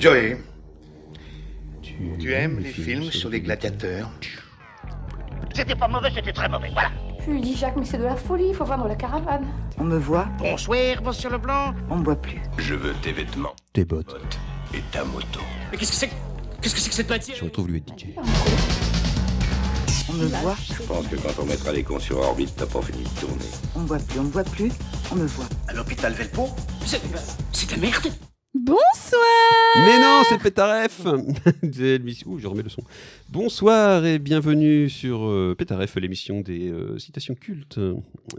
Joey, tu aimes les films sur les gladiateurs C'était pas mauvais, c'était très mauvais, voilà. Je lui dis, Jacques, mais c'est de la folie, il faut vendre la caravane. On me voit, Bonsoir, monsieur Leblanc. on me voit plus. Je veux tes vêtements tes bottes. et ta moto. Mais qu'est-ce que c'est que- Qu'est-ce que c'est que cette matière Je retrouve lui et DJ. On me voit, Je pense que quand on mettra les cons sur orbite, t'as pas fini de tourner. on me voit plus, on me voit plus, on me voit. À l'hôpital Velpo C'est c'est de la merde Bonsoir Mais non, c'est le pétaref de l'émission- Ouh, je remets le son. Bonsoir et bienvenue sur euh, Pétaref, l'émission des euh, citations cultes, euh,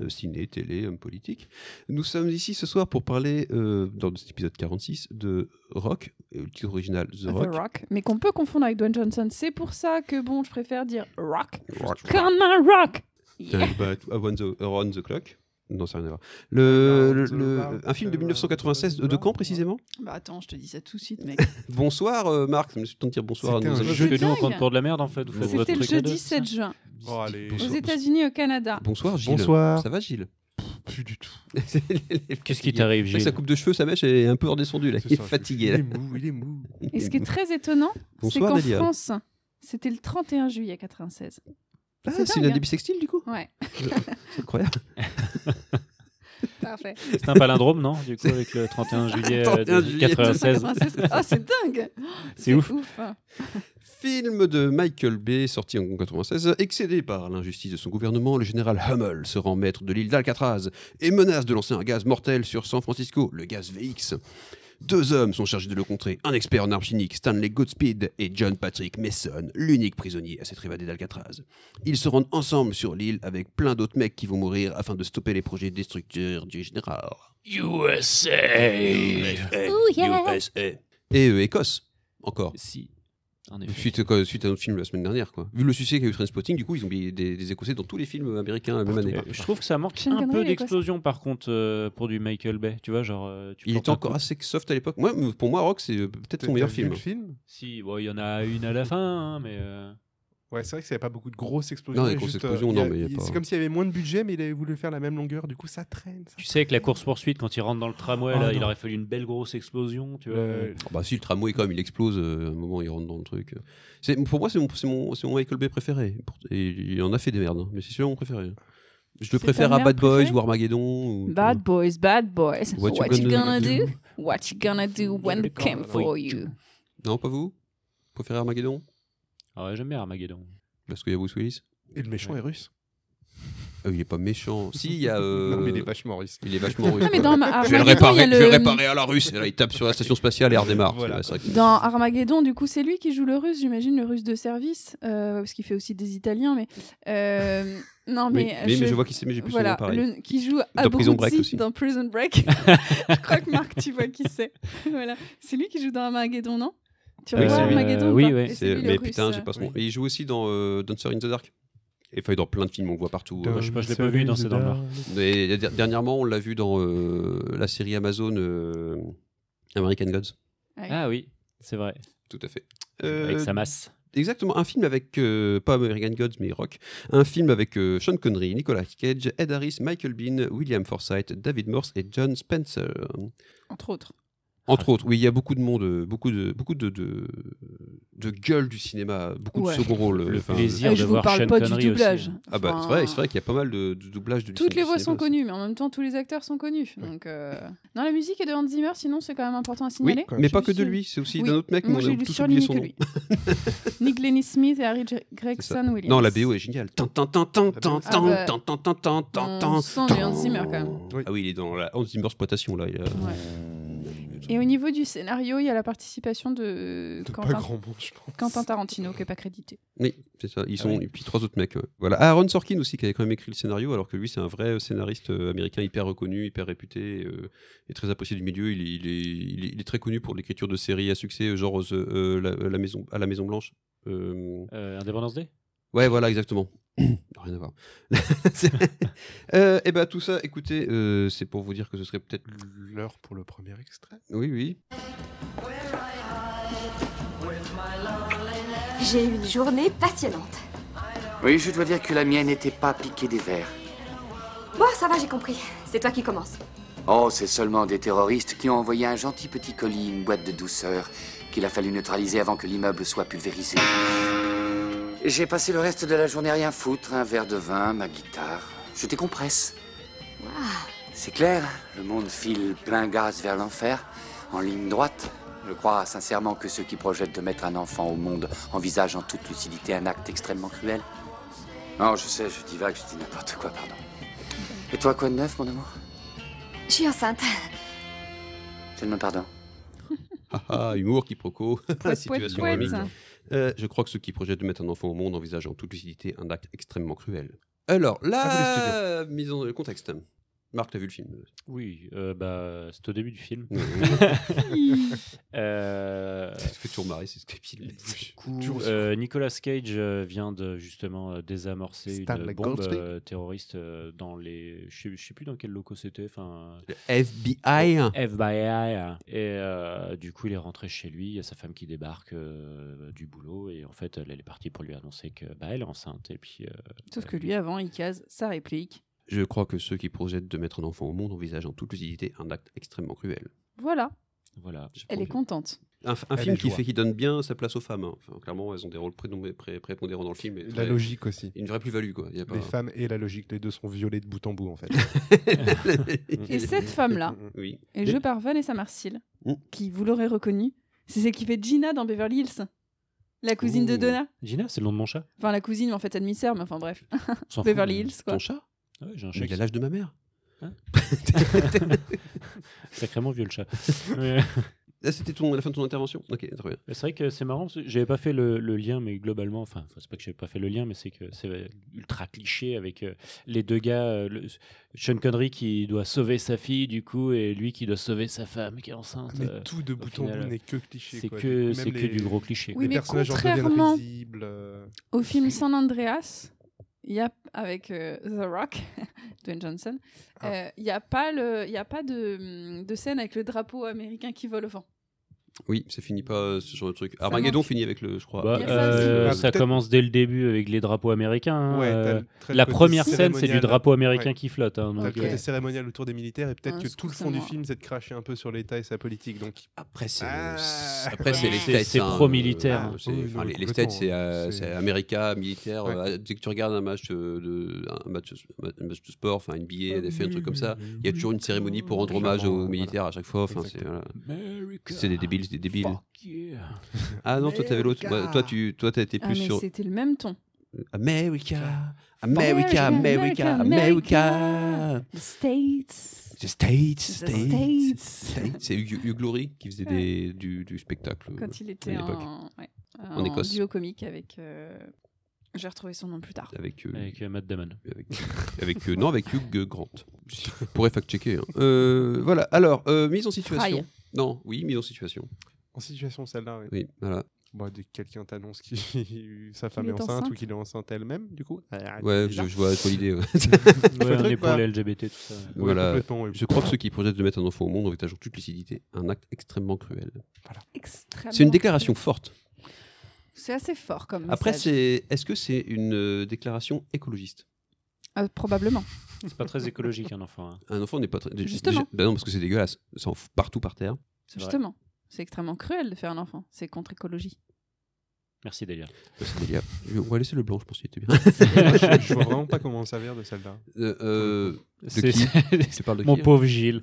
ciné, télé, hommes politiques. Nous sommes ici ce soir pour parler, euh, dans cet épisode 46, de rock, euh, le titre original The Rock. The Rock, mais qu'on peut confondre avec Dwayne Johnson. C'est pour ça que bon, je préfère dire rock Rock. comme un rock. Yeah. Turn Back Around the, Around the Clock. Non, ça n'a rien à voir. Le, Around le- the le- Clock, un film de euh, 1996, de quand précisément Bah attends, je te dis ça tout de suite, mec. Bonsoir euh, Marc, je me suis tenté de dire bonsoir à C'était nos un amis. jeu. Parce que nous, on dingue. compte pour de la merde, en fait. Vous faites votre C'était le truc à deux. jeudi 7 juin, Bon, Oh, allez. aux Bonsoir. États-Unis et au Canada. Bonsoir Gilles. Bonsoir. Ça va Gilles Plus du tout. Qu'est-ce qui t'arrive, Avec Sa Gilles coupe de cheveux, sa mèche est un peu redescendue là. C'est Il est ça, je- fatigué. Il est là. mou, il est mou. Et ce qui est très étonnant, c'est Bonsoir qu'en Delia. France, c'était le 31 juillet 96. Ah, c'est c'est dingue, une année hein. bissextile du coup Ouais, C'est incroyable. parfait. C'est un palindrome, non Du coup, avec le 31 juillet euh, 31 de juillet 96. 96. Oh, c'est dingue hein. C'est ouf. Film de Michael Bay sorti en 1996. Excédé par l'injustice de son gouvernement, le général Hummel se rend maître de l'île d'Alcatraz et menace de lancer un gaz mortel sur San Francisco, le gaz VX. Deux hommes sont chargés de le contrer, un expert en armes chimiques, Stanley Goodspeed, et John Patrick Mason, l'unique prisonnier à s'être évadé d'Alcatraz. Ils se rendent ensemble sur l'île avec plein d'autres mecs qui vont mourir afin de stopper les projets destructeurs du général. USA USA. Et euh, Écosse, encore. Si. En effet. Suite, euh, suite à notre film la semaine dernière, quoi. Vu le succès qu'a eu Trainspotting, du coup, ils ont mis des, des Écossais dans tous les films américains la même année. Euh, Je trouve que ça manque Sean un Connery, peu il est quoi, d'explosion par contre euh, pour du Michael Bay, tu vois, genre euh, tu Il portes était un encore coup- assez soft à l'époque. Moi, m- pour moi, Rock, c'est euh, peut-être T'as- son meilleur t'as vu film. le film Si, bon, il y en a une à la fin, hein, mais euh, Ouais, c'est vrai que ça avait pas beaucoup de grosses explosions. Non, des il y a grosses juste, euh, explosions, il y a- non, mais il y a il- pas- C'est comme s'il y avait moins de budget, mais il avait voulu faire la même longueur. Du coup, ça traîne. ça. tu sais que la course poursuite quand il rentre dans le tramway, Ah, là, non. il aurait fallu une belle grosse explosion, tu vois. Le- Ah bah si, le tramway, quand même, il explose. euh, à un moment, il rentre dans le truc. C'est- Pour moi, c'est mon, c'est mon, c'est mon Michael Bay préféré. Pour- Et il en a fait des merdes, hein, mais c'est celui mon préféré. Je C'est le préfère ta à merde Bad Boys préférée ou Armageddon. Ou... Bad boys, bad boys. What What, you you gonna gonna do? What you gonna Euh, do when they came for you? Non, pas vous Préféré Armageddon Ah ouais, j'aime bien Armageddon. Parce qu'il y a Bruce Willis Et le méchant Ouais. est russe. Ah, Il est pas méchant. Si, il y a. euh, Non, mais il est vachement russe. il est vachement russe. Non, Ah, mais dans ma- Je vais, le Armageddon, il y réparer, a je vais le le- réparer à la russe. Et là, il tape sur la station spatiale et elle redémarre. Voilà. C'est vrai que- Dans Armageddon, du coup, c'est lui qui joue le russe, j'imagine, le russe de service, euh, parce qu'il fait aussi des Italiens, mais. euh, non, Oui, mais. mais, mais je vois qui c'est, mais j'ai plus son nom Voilà, pareil. le- qui joue Dans Prison Break Abruzzzi aussi. dans Prison Break. je crois que Marc, tu vois qui c'est. voilà. C'est lui qui joue dans Armageddon, non Tu Oui, revois c'est lui, Armageddon euh, ou oui, pas oui. Et C'est- c'est lui, le mais russe, putain, j'ai euh, pas son nom. Et il joue aussi dans euh, Dancer in the Dark. Et enfin, dans plein de films, on le voit partout. euh, Dans je sais pas, je l'ai le pas vu dans soleil C'est dans le de Nord. Darwin. Mais der- dernièrement, on l'a vu dans euh, la série Amazon euh, American Gods. euh, Ah oui, c'est vrai. Tout à fait. Avec Euh, sa masse. Exactement, un film avec, euh, pas American Gods, mais Rock. Un film avec euh, Sean Connery, Nicolas Cage, Ed Harris, Michael Bean, William Forsythe, David Morse et John Spencer. Entre autres. Entre autres, oui, il y a beaucoup de monde, euh, beaucoup de, beaucoup de, de, de gueules du cinéma, beaucoup Ouais. de second rôle. euh, Le enfin, plaisir. Dire Et de je vous voir parle Sean pas Connery du aussi, doublage. hein. Ah bah, Enfin, c'est vrai, c'est vrai qu'il y a pas mal de, de doublages de Toutes les voix sont cinéma. connues, mais en même temps, tous les acteurs sont connus. Donc, euh, Non, la musique est de Hans Zimmer, sinon, c'est quand même important à Oui, signaler. mais J'ai pas lu que de sur- lui, c'est aussi Oui, d'un autre mec, Moi, mais on j'ai a lu tous surligné oublié son que nom. lui. Nick Lenny Smith et Harry Gre- C'est Gregson ça. Williams. Non, la BO est géniale. Tan, tan, tan, tan, tan, Ah tan, euh, bah, tan, tan, tan, tan, tan, on tan, sent du tan. Hans Zimmer, quand même. Oui. Ah oui, il est dans la Hans Zimmer exploitation là. il a- Ouais. Et au niveau du scénario, il y a la participation de, De Pas Quentin, grand monde, je pense. Quentin Tarantino, qui n'est pas crédité. Oui, c'est ça. Ils sont et puis trois autres mecs. ouais. Voilà, Ah, Aaron Sorkin aussi qui avait quand même écrit le scénario, alors que lui c'est un vrai scénariste euh, américain hyper reconnu, hyper réputé euh, et très apprécié du milieu. Il, est- il est, il est- il est très connu pour l'écriture de séries à succès, euh, genre The- euh, la, la maison à la Maison Blanche. Euh, Euh, Indépendance Day Ouais, voilà, exactement. Rien à voir. euh, et ben tout ça, écoutez, euh, c'est pour vous dire que ce serait peut-être. L'heure pour le premier extrait. Oui, oui. J'ai eu une journée passionnante. Oui, je dois dire que la mienne n'était pas piquée des verres. Bon, ça va, j'ai compris. C'est toi qui commence. Oh, c'est seulement des terroristes qui ont envoyé un gentil petit colis, une boîte de douceur. qu'il a fallu neutraliser avant que l'immeuble soit pulvérisé. J'ai passé le reste de la journée à rien foutre, un verre de vin, ma guitare. Je décompresse. C'est clair, le monde file plein gaz vers l'enfer, en ligne droite. Je crois sincèrement que ceux qui projettent de mettre un enfant au monde envisagent en toute lucidité un acte extrêmement cruel. Non, je sais, je divague, je dis n'importe quoi, pardon. Et toi, quoi de neuf, mon amour Je suis enceinte. Je demande pardon. Ah, ah, humour, quiproquo, Pouet, situation pouet, comique. pouet. Euh, je crois que ceux qui projettent de mettre un enfant au monde envisagent en toute lucidité un acte extrêmement cruel. Alors, la mise en contexte. Marc, t'as vu le film Oui, euh, bah, c'est au début du film. Euh, Ça te fait toujours marrer, c'est ce que pile. Où, euh, Nicolas Cage euh, vient de justement euh, désamorcer Stanley une bombe Goldsmith. euh, terroriste euh, dans les. Je sais- je sais plus dans quel locaux c'était. Enfin, FBI FBI. hein. Et euh, du coup, il est rentré chez lui. Il y a sa femme qui débarque euh, du boulot et en fait, elle elle est partie pour lui annoncer que bah, elle est enceinte. Et puis, euh, Sauf que lui, avant, il case sa réplique. Je crois que ceux qui projettent de mettre un enfant au monde envisagent en toute lucidité un acte extrêmement cruel. Voilà, voilà. J'ai elle est compris. contente. Un, un Elle film est qui joie. fait qui donne bien sa place aux femmes. hein. Enfin, clairement, elles ont des rôles prédom- pré- prépondérants dans le film. et La très- logique aussi. Une vraie plus-value, quoi. Il y a pas- Les femmes et la logique, les deux sont violés de bout en bout en fait. Et cette femme-là Oui. est jouée par Vanessa Marcil, Mm. qui, vous l'aurez reconnue, c'est celle qui fait Gina dans Beverly Hills. La cousine Ouh. de Donna. Gina, c'est le nom de mon chat. Enfin, la cousine, mais en fait, admisseur, mais enfin bref. On s'en fout, Beverly mais- Hills, quoi. Ton chat Ouais, J'ai un Mais chat Il qui a l'âge de ma mère. Hein? Sacrément vieux le chat. Mais, Ah, C'était ton- la fin de ton intervention Ok, très bien. c'est vrai que c'est marrant, parce que j'avais pas fait le, le lien, mais globalement, enfin, c'est pas que j'avais pas fait le lien, mais c'est que c'est ultra cliché avec euh, les deux gars, euh, le- Sean Connery qui doit sauver sa fille, du coup, et lui qui doit sauver sa femme qui est enceinte. Ah, Mais euh, tout de bout en final, bout euh, n'est que cliché. c'est quoi. que, Du coup, c'est même que les- du gros cliché. Oui, les mais personnages en deviennent contrairement- risibles. euh, Au film San Andreas, il y a avec euh, The Rock, Dwayne Johnson, Ah. euh, il n'y a pas le, il y a pas de, de scène avec le drapeau américain qui vole au vent. Oui, ça finit pas euh, ce genre de truc. Armageddon manque. finit avec le, je crois. Bah, Il y a ça euh, aussi. ça Ah, peut-être- commence dès le début avec les drapeaux américains. hein, ouais, t'as euh, le- très le la côté première scène, c'est du cérémonial. drapeau américain Ouais. qui flotte. hein, T'as donc, le euh, côté cérémonial autour des militaires et peut-être Ah, que je tout le trouve ça fond du moi. film, c'est de cracher un peu sur l'État et sa politique. Donc Après, c'est Ah. après, c'est les C'est- States. c'est hein, pro-militaire. euh, c'est- Ah oui, enfin, non, les, les States, complètement, c'est hein. euh, C'est- c'est América, militaire. Ouais. euh, dès que tu regardes un match, euh, de, un match, un match de sport, enfin NBA, NFL, un truc comme ça, il y a toujours une cérémonie pour rendre hommage Ah, Clairement, aux voilà. militaires à chaque fois. Enfin, c'est Exactement. voilà. C'est des débiles, c'est des débiles. Fuck yeah. Ah non, toi, t'avais l'autre. America. Bah, toi, tu toi, t'as été Ah, plus mais sur c'était le même ton. America, America, America, America, America. America. States. The States, States. States. States. C'est Hugh Hugh Glory qui faisait des, du, du spectacle. Quand il Euh, à était l'époque. en, ouais, En en Écosse. duo comique avec. euh, J'ai retrouvé son nom plus tard. Avec, euh, Avec euh, Matt Damon. avec, avec, euh, non, avec Hugh Grant. Je pourrais fact-checker. hein. Euh, voilà, alors, euh, mise en situation. Fry. Non, oui, mise en situation. en situation celle-là, ouais. Oui, voilà. Bon, dès que quelqu'un t'annonce que sa femme Qu'il est est enceinte, ou enceinte. qu'il est enceinte elle-même, du coup. Ah, Ouais, je, bizarre. je vois toi l'idée. ouais. un Ouais, on truc, est pour quoi. les LGBT, tout ça. Ouais, voilà. complètement, ouais. Je crois que ceux qui projettent de mettre un enfant au monde ont étage en toute lucidité un acte extrêmement cruel. Extrêmement- C'est une déclaration forte. C'est assez fort comme. Après, message. c'est est-ce que c'est une euh, déclaration écologiste Ah, probablement. C'est pas très écologique, un enfant. hein. Un enfant n'est pas très. Justement. déjà- bah non, parce que c'est dégueulasse. Ça en fout partout par terre. C'est vrai. Justement, c'est extrêmement cruel de faire un enfant. C'est contre écologie. Merci, Delia. C'est délire. Je- On va laisser le blanc, je pense qu'il était bien. Moi, je, je vois vraiment pas comment on s'avère de celle-là. Euh, euh, C'est- qui c'est- tu parles de Mon qui hein là pauvre Gilles.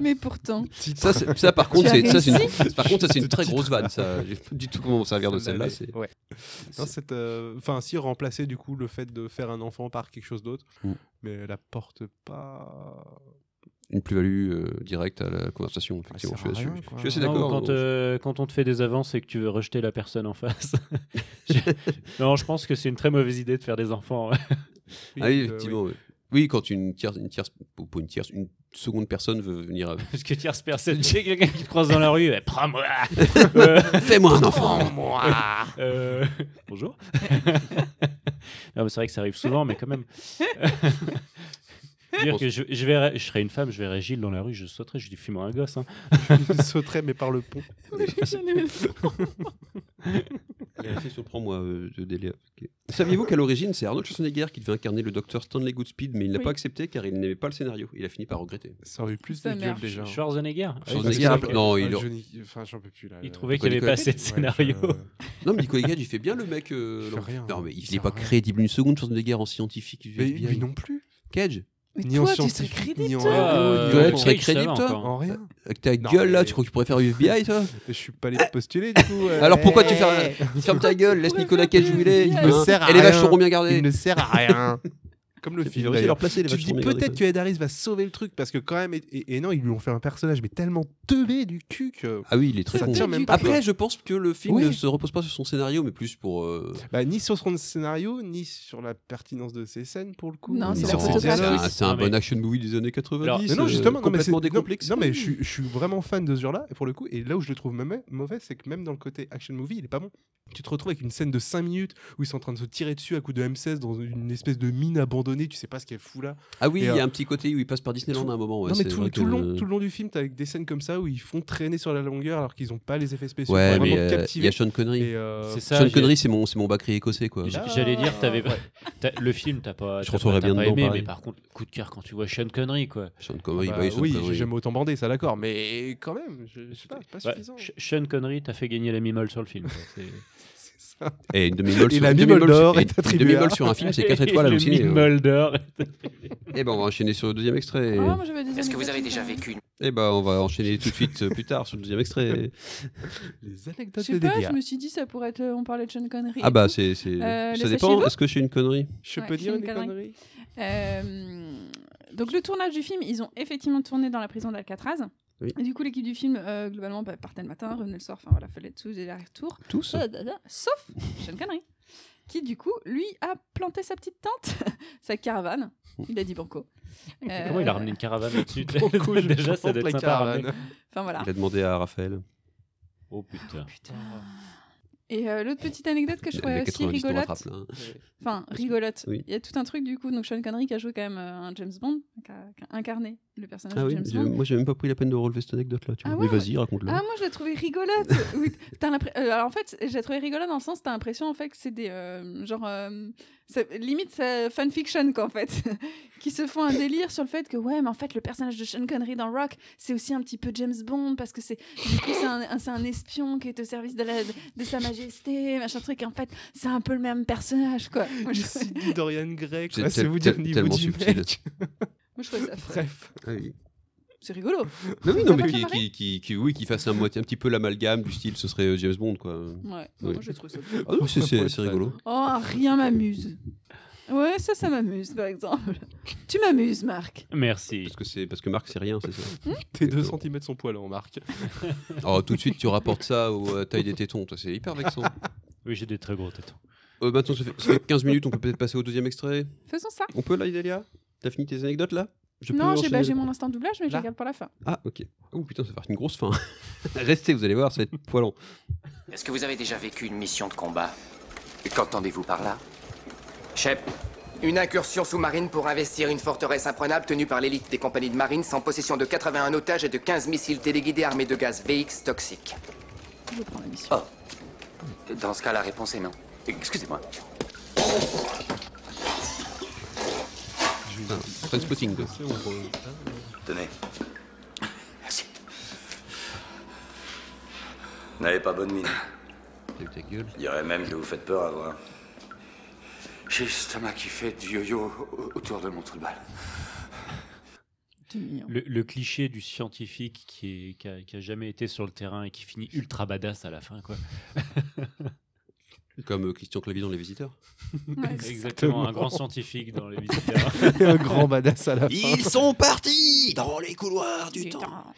Mais pourtant, Ça, c'est- ça, par contre, as c'est ça, c'est réussi une, par contre, ça, c'est une très grosse vanne. Ça, j'ai pas du tout comment servir de celle-là. Celle-là, c'est- elle- ouais. Non, cette, euh, enfin, si remplacer du coup le fait de faire un enfant par quelque chose d'autre, Mm. Ah mais elle apporte pas. une plus-value euh, directe à la conversation. Effectivement, sert je, à suis- rien, je- quoi. je suis assez Non, d'accord. Ah quand, on- euh, quand on te fait des avances et que tu veux rejeter la personne en face. Je- non, je pense que c'est une très mauvaise idée de faire des enfants. hein, Ah oui, euh, effectivement. ouais. Oui, quand une tierce, une tierce, ou pas une tierce, une seconde personne veut venir. à- Parce que tierce personne, tu sais, quelqu'un qui te croise dans la rue, eh, prends-moi Euh, Fais-moi un enfant. euh, Bonjour. non, mais c'est vrai que ça arrive souvent, mais quand même. Dire que je, je verrais- je serais une femme, je verrais Gilles dans la rue, je sauterais, je lui fume un gosse. hein. Je sauterais mais par le pont. j'ai bien aimé le- C'est surprend-moi euh, de délai. Ok. Saviez-vous qu'à l'origine, c'est Arnold Schwarzenegger qui devait incarner le docteur Stanley Goodspeed, mais il n'a Oui. pas accepté car il n'aimait pas le scénario. Il a fini par regretter. Ça aurait eu plus Ça de gueule marche. déjà. Schwarzenegger. Schwarzenegger, Parce que- non, il- Ah, Johnny- Enfin, j'en peux plus là. Il là. trouvait qu'il y avait pas assez de Ouais, scénario. je- Non, mais Nicolas Cage, il fait bien le mec. euh, Il fait Laurent- rien. non, mais il Il n'est sert pas à rien. crédible une seconde, Schwarzenegger, en scientifique. du Mais FBI. lui non plus. Cage Mais Ni en toi, tu serais scientifique, ni crédible, en- toi. Toi, Euh, tu Nicolas serais Cage, ça va crédible, toi encore. hein. En rien. Avec euh, ta Non, gueule là, mais- tu crois que tu pourrais faire FBI toi Je suis pas allé postuler du coup. euh. Alors pourquoi tu fais Ferme ta gueule, laisse pourrais Nicolas faire Cage du où il est. FBI. hein. Il ne sert à Et les vaches rien. seront bien gardées. Il ne sert à rien. Comme le Et puis, film. ils ont réussi à d'ailleurs. leur placer les Tu vaches te seront dis bien gardées. peut-être que Ed Harris va sauver le truc parce que quand même et, et- et non ils lui ont fait un personnage mais tellement teubé du cul que Ah oui, il est très ça con. tient même pas. Après, je pense que le film Oui. ne se repose pas sur son scénario, mais plus pour. euh, Bah, ni sur son scénario ni sur la pertinence de ses scènes pour le coup. Non, ni c'est la sur ses photographie. dialogues. un- c'est un Non, mais- bon action movie des années 90. Alors- Mais non, euh, justement, non, mais complètement c'est- non, décomplexé. Non, mais je, suis- je suis vraiment fan de ce genre-là, et pour le coup, et là où je le trouve même- mauvais, c'est que même dans le côté action movie, il est pas bon. Tu te retrouves avec une scène de 5 minutes où ils sont en train de se tirer dessus à coups de M16 dans une espèce de mine abandonnée, tu sais pas ce qu'elle fout là. Ah oui, Et, il y euh, a un petit côté où il passe par Disneyland tout- à un moment. ouais, non, mais c'est tout, vrai tout le que- long, tout le long du film, t'as avec des scènes comme ça où ils font traîner sur la longueur alors qu'ils ont pas les effets spéciaux Ouais, pour mais vraiment te euh, il y captiver. a Sean Connery. Et, euh, C'est ça. hein. Sean j'ai- Ah, Connery, c'est mon, c'est mon Bacri écossais quoi. j- J'allais dire, t'avais pas- t'as- le film, t'as pas, Je t'as pas- rentrerai t'as bien pas dedans, aimé, pareil. mais par contre, coup de cœur quand tu vois Sean Connery, quoi. Sean Connery, Ah bah, bah, Sean oui, Connery. j'aime autant bander, ça d'accord, mais quand même, je, je sais pas, pas Bah, suffisant. Sh- Sean Connery, t'as fait gagner la mimole sur le film. quoi. C'est- C'est ça. Et une demi-molle Et sur, la une mimole demi-molle sur- d'or et est une attribuée à- demi-molle sur un film, c'est 4 étoiles à Le l'ociné. mimole d'or. Et ben on va enchaîner sur le deuxième extrait. Ah, moi, j'avais des Est-ce que vous anecdotes avez comme déjà ça. vécu une Et ben on va enchaîner tout de suite euh, plus tard sur le deuxième extrait. Les Je anecdotes de sais pas, délire. je me suis dit, ça pourrait être. euh, On parlait de Sean Connery. et Ah bah tout. c'est c'est- Euh, ça le dépend. sachez-vous Est-ce que je suis une connerie Je Ouais, peux c'est dire une une connerie. connerie Euh, donc le tournage du film, ils ont effectivement tourné dans la prison d'Alcatraz. Oui. Et du coup, l'équipe du film, euh, globalement, bah, partait le matin, revenait le soir, enfin voilà, fallait tous et retour. Tous Sauf Sean Connery, qui du coup, lui, a planté sa petite tente, sa caravane. Il a dit banco. Euh, Comment il a ramené une caravane là-dessus Beaucoup, je Déjà, ça plante doit la être sympa. à ramener. caravane. Enfin voilà. Il a demandé à Raphaël. Oh putain. Et euh, l'autre petite anecdote que je Les trouvais aussi 90, on rattrape, rigolote, là, hein. Enfin, rigolote. Oui. Il y a tout un truc du coup. Donc Sean Connery qui a joué quand même euh, un James Bond, qui a, qui a incarné le personnage Ah de oui, James j'ai- Bond. moi j'ai même pas pris la peine de relever cette anecdote là. Tu vois. Ah Mais ouais. vas-y, raconte-le. Ah, moi, je l'ai trouvé rigolote. Oui, t'as l'impr- euh, alors, en fait, je l'ai trouvé rigolote dans le sens, t'as l'impression, en fait, que c'est des. euh, genre. euh, ça- limite, c'est fanfiction, quoi, en fait. qui se font un délire sur le fait que, ouais, mais en fait, le personnage de Sean Connery dans Rock, c'est aussi un petit peu James Bond, parce que c'est. Du coup, c'est un, un- c'est un espion qui est au service de, la- de Sa Majesté, machin truc. Et en fait, c'est un peu le même personnage, quoi. Moi, je, C'est du Dorian Gray, C'est Ah, quoi, c'est tel- vous dire tel- le niveau tellement du subtil. mec. moi, je trouvais ça frais. Bref. Ah oui. C'est rigolo. Non, oui, non, Ça mais peut qui, comparer qui, qui, qui- oui, qui fasse un, moitié- un petit peu l'amalgame du style, ce serait euh, James Bond, quoi. Ouais, Oui. moi, j'ai trouvé ça. Ah non, c'est- c'est c'est rigolo. Oh, un rien m'amuse. Ouais, ça, ça m'amuse, par exemple. Tu m'amuses, Marc. Merci. Parce que, c'est- parce que Marc, c'est rien, c'est ça. Tes 2 cm sont poil en marque. Oh, tout de suite, tu rapportes ça aux euh, tailles des tétons, toi, c'est hyper vexant. Oui, j'ai des très gros tétons. Euh, maintenant, ça fait, ça fait 15 minutes, on peut peut-être passer au deuxième extrait. Faisons ça. On peut là, Idélia T'as fini tes anecdotes là Je peux non, j'ai enchaîner bah, j'ai mon instant doublage, mais je Là. regarde pour la fin. Ah, ok. Oh putain, ça va faire une grosse fin. Restez, vous allez voir, ça va être poilant. Est-ce que vous avez déjà vécu une mission de combat Et Qu'entendez-vous par là Chef, une incursion sous-marine pour investir une forteresse imprenable tenue par l'élite des compagnies de marine sans possession de 81 otages et de 15 missiles téléguidés armés de gaz VX toxique. Je prends la mission. Dans ce cas, la réponse est non. Excusez-moi. Putain, Trainspotting, quoi. Tenez. N'avez pas bonne mine. T'as eu ta gueule. Je dirais même que vous faites peur à voir. J'ai l'estomac qui fait du yo-yo au- autour de mon trou de balle. C'est mignon. Le, le cliché du scientifique qui, est, qui, a, qui a jamais été sur le terrain et qui finit ultra badass à la fin, quoi. Comme euh, Christian Clavier dans Les Visiteurs. Ouais, c'est- Exactement, un grand scientifique dans les visiteurs. un grand badass à la fin. sont partis dans les couloirs C'est pas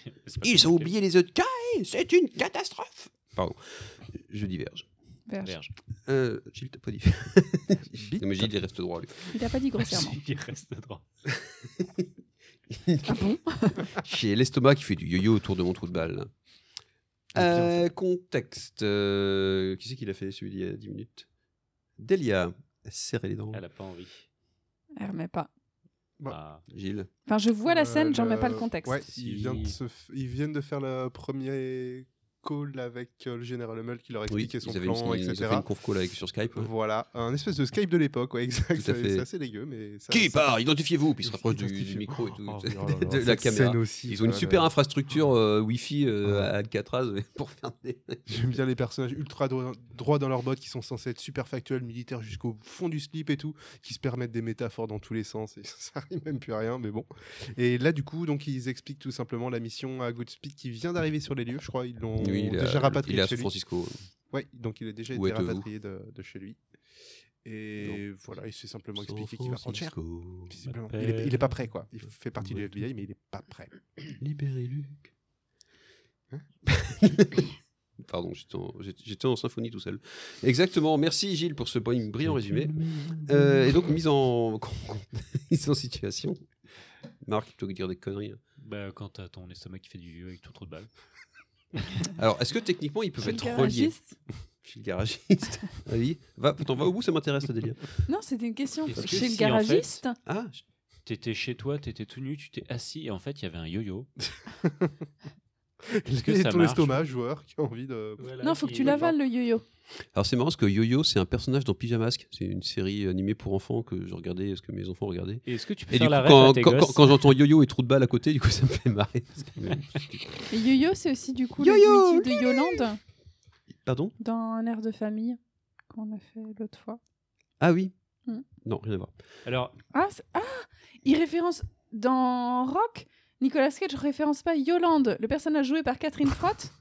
Ils ont compliqué. oublié les œufs de caille, c'est une catastrophe. Pardon, je diverge. Verge. Verge. Euh, Gilles, t'as pas dit. non, mais Gilles, il reste droit, lui. Il t'a pas dit grossièrement. Il reste droit. ah bon J'ai l'estomac qui fait du yo-yo autour de mon trou de balle. là. Euh, contexte. euh, qui c'est qui l'a fait celui d'il y a 10 minutes Delia. Serrez les dents. Elle a pas envie. Elle remet Ah, pas. Bon. Ah. Gilles. Enfin, je vois la scène, Euh, j'en mets pas le le- contexte. Ouais, Si. ils viennent, de se f- ils viennent de faire le premier call avec euh, le général Hummel qui leur Oui, expliquait son ils avaient une- plan, ils ont fait etc. une conf call avec- sur Skype. ouais. Voilà, un espèce de Skype de l'époque, ouais, exact. Tout à C'est fait. c'est assez dégueu, mais ça. Qui ça- part Identifiez-vous Puis ils se rapprochent du, Identifiez- du micro et tout, Oh, de- oh là là, de la cette caméra. scène aussi, Ils ont une ouais, super ouais. infrastructure euh, Wi-Fi euh, à Alcatraz euh, pour faire des. J'aime bien les personnages ultra dro- droits dans leurs bottes qui sont censés être super factuels, militaires jusqu'au fond du slip et tout, qui se permettent des métaphores dans tous les sens et ça arrive même plus à rien, mais bon. Et là, du coup, donc ils expliquent tout simplement la mission à Goodspeed qui vient d'arriver sur les lieux, je crois. Ils l'ont Oui, il est à- déjà rapatrié il est à de chez San lui. Francisco. Ouais, donc il a déjà Où été êtes-vous rapatrié de, de chez lui. Et voilà, il s'est simplement expliqué qu'il va prendre cher. Visiblement. Il est, il est pas prêt, quoi. Il fait partie du FBI, mais il est pas prêt. Libérez Luc. Pardon, j'étais en, j'étais- j'étais en symphonie tout seul. Exactement. Merci Gilles pour ce point brillant résumé. Mmh. Euh, et donc mise en mise en situation. Marc, plutôt que de dire des conneries. hein. Bah, quand t'as ton estomac qui fait du vieux avec ton trou de balle. Alors, est-ce que techniquement ils peuvent Gilles être reliés Garagiste. Gilles garagiste. Vas-y, va, attends, va au bout, ça m'intéresse le délire. Non, c'était une question. Est-ce que Chez le si, en garagiste Ah, je- T'étais chez toi, t'étais tout nu, tu t'es assis et en fait il y avait un yo-yo. Est-ce que ça ton marche estomac, joueur, qui a envie de. Non, faut que tu l'avales le yo-yo. Alors c'est marrant parce que Yo-Yo, c'est un personnage dans Pyjamasque. C'est une série animée pour enfants que je regardais, ce que mes enfants regardaient. Et Est-ce que tu peux Et du faire coup, la ref quand, à tes quand- gosses quand- quand j'entends yo-yo et trou de balle à côté, du coup, ça me fait marrer. Parce que- Et yo-yo, c'est aussi du coup Yo-yo, le diminutif de Yolande Pardon dans un air de famille qu'on a fait l'autre fois. Ah oui Hmm. Non, rien à voir. Alors, Ah, c'est- ah il référence dans Rock. Nicolas Cage référence pas Yolande, le personnage joué par Catherine Frotte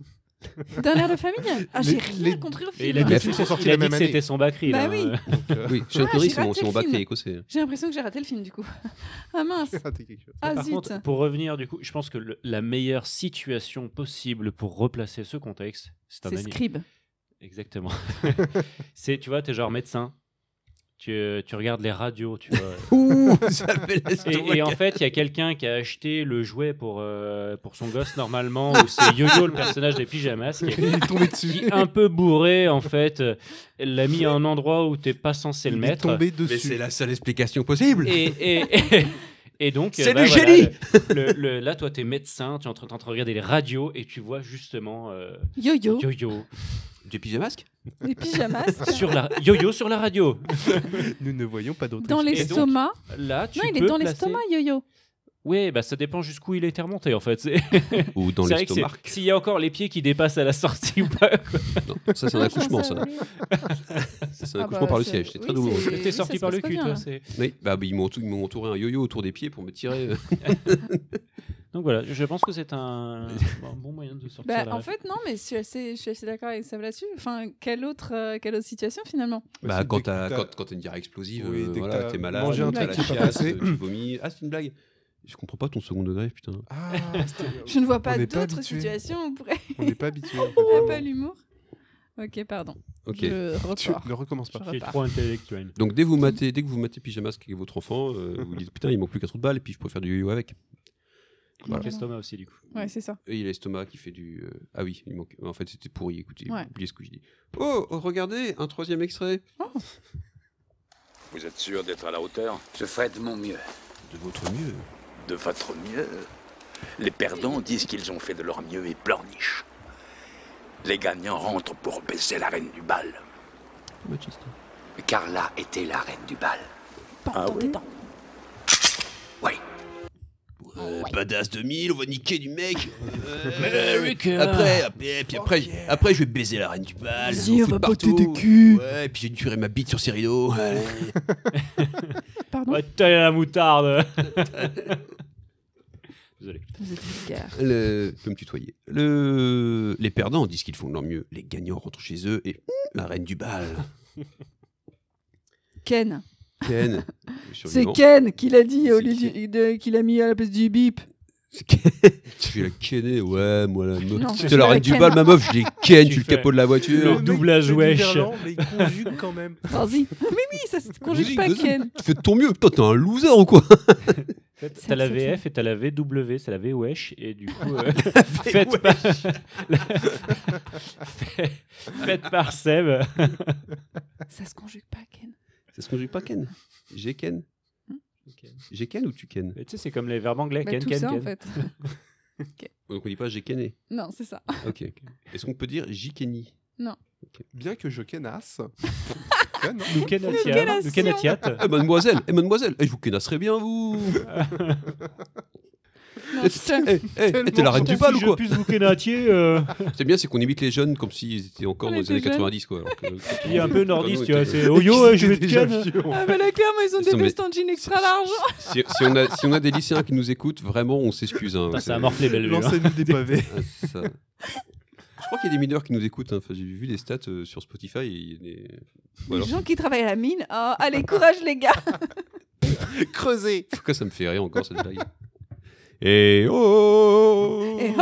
d'un air de famille. Ah, j'ai Les- rien les- compris au et film. il a dit, Mais que ils sont sortis il a la dit même que année. c'était son Bacri. Bah là, oui. hein. Donc, euh, Oui, Sean Ah, Connery, j'ai c'est mon, raté c'est mon le film. bac écossais. J'ai l'impression que j'ai raté le film du coup. Ah mince. raté quelque chose. Ah Par zut. contre, pour revenir, du coup, je pense que le- la meilleure situation possible pour replacer ce contexte, c'est un C'est ani- Scribe. Exactement. c'est, tu vois, t'es genre médecin, tu, euh, tu regardes les radios, tu vois. Ouh, ça fait la Et, et en fait, il y a quelqu'un qui a acheté le jouet pour, euh, pour son gosse normalement, où c'est Yo-Yo, le personnage des pyjamas, qui Il est est tombé dessus. qui, un peu bourré en fait, euh, l'a mis à un endroit où t'es pas censé le Il est mettre. tombé Mais c'est dessus. la seule explication possible et, et- et- et donc, C'est euh, bah, du voilà, génie le- le- le- Là, toi, t'es médecin, tu es en train en train de regarder les radios et tu vois justement euh, Yo-yo. Yo-Yo Du pyjamasque Les pyjamas. sur la Yo-Yo sur la radio. Nous ne voyons pas d'autre. Dans Et donc, l'estomac. Là, tu Non, il est peux dans placer- l'estomac, yo-yo. Ouais, bah ça dépend jusqu'où il a été remonté en fait. C'est Ou dans c'est vrai que c'est- l'estomac s'il y a encore les pieds qui dépassent à la sortie ou pas. quoi. Non, Ça, c'est un accouchement, ça. Ça, C'est un Ah accouchement bah, par le c'est- siège. oui, C'est très c'est- douloureux. oui, T'es ça sorti se par passe le pas cul, bien, hein. toi. là. c'est- Oui, bah, ils m'ont ils m'ont entouré un yo-yo autour des pieds pour me tirer. Bah, euh. Donc voilà, je pense que c'est un, un bon moyen de sortir. Bah, la en ref. fait, non, mais je suis assez, je suis assez d'accord avec Sam là-dessus. Enfin, quelle autre, euh, quelle autre situation finalement Bah, Aussi, quand dès que t'as t'as- quand, quand t'as une diarrhée explosive, Oui, euh, dès que voilà, t'as t'es malade, mangé un t'as la truc qui est pas chiasse, passé. tu vomis. Ah, c'est une blague Je comprends pas ton second degré, putain. Ah, Je ne vois pas On n'est pas Oh. d'autres habitué. situations où on pourrait on n'est pas habitué. on n'a pas l'humour. Ok, pardon. Ok. Je Tu repars. ne recommence pas. Je Qui est repars. trop intellectuel. Donc dès, vous matez, dès que vous matez Pyjamas avec votre enfant, euh, vous dites putain, il manque plus qu'un trou de balle et puis je pourrais faire du yo-yo avec. Donc Voilà. L'estomac aussi, du coup. Ouais, c'est ça. Et il y a l'estomac qui fait du. euh, Ah oui, il manque. En fait, c'était pourri, écoutez, Ouais. oubliez ce que je dis. Oh, regardez, un troisième extrait. Vous êtes sûr d'être à la hauteur Je ferai de mon mieux. De votre mieux. De votre mieux Les perdants disent qu'ils ont fait de leur mieux et pleurnichent. Les gagnants rentrent pour baiser la reine du bal. Carla était la reine du bal. Ah oui Euh, Badass 2000, on va niquer du mec. après, après, puis après, après, je vais baiser la reine du bal. on va botter des culs. Ouais, et puis j'ai duré ma bite sur ses rideaux. Pardon. Ouais, t'as la moutarde Désolé. Vous êtes vulgaire. Le... Peux me tutoyer. Le... Les perdants disent qu'ils font de leur mieux. Les gagnants rentrent chez eux et hmm, la reine du bal. Ken. Ken. C'est survivant. Ken qui l'a dit au C'est lieu du- de- qu'il a mis à la place du bip. C'est Ken. Je vais la kenner, ouais, moi la meuf. Non, C'était tu la la reine du kennes. bal, ma meuf, je l'ai ken, Tu tu le fais capot de la voiture. Le doublage wesh. Mais il conjugue quand même. Vas-y. Ah, Mais oui, ça se Oui, conjugue pas désolé. Ken. Tu fais de ton mieux, putain, t'es un loser ou quoi T'as la c'est VF et t'as la VW, c'est la VOH, et du coup, euh, faites, par... faites par Seb. Ça se conjugue pas Ken. Ça se conjugue pas ken J'ai ken Hmm J'ai ken ou tu ken Mais Tu sais, c'est comme les verbes anglais, Bah, Ken, tout Ken, ça en Ken. fait. Donc on dit pas j'ai kenné. Non, c'est ça. Ok. Est-ce qu'on peut dire j'ai kenny Bien que je kenasse. Nous kenatia- nous kenatiat. Eh mademoiselle, eh mademoiselle, eh, je vous kenasserai bien vous. Non, Eh, je- eh, eh, eh, t'es la reine du bal ou Si quoi Je puisse vous kenatier, euh, C'est bien, c'est qu'on imite les jeunes comme s'ils étaient encore On dans les était années jeunes. 90 quoi. euh, alors que- il est un peu nordiste, Pardon, tu vois. t'es- C'est oh yo, euh, je vais te Déjà ken. vieux, en Ah, mais là, clairement, ils ont Ils sont des mes- vestes en jean extra large. Si, si on a, si on a des lycéens qui nous écoutent, vraiment, on s'excuse. hein. Putain, Ça C'est- a morflé, fait. belle vue. hein. Lancez-nous des pavés. Ah, c'est ça. Je crois qu'il y a des mineurs qui nous écoutent. hein. Enfin, J'ai vu des stats euh, sur Spotify. et il y a des- Voilà. Les gens qui travaillent à la mine. oh, allez, courage, les gars. Creusez. Pourquoi ça me fait rire encore cette blague Eh Et oh Et oh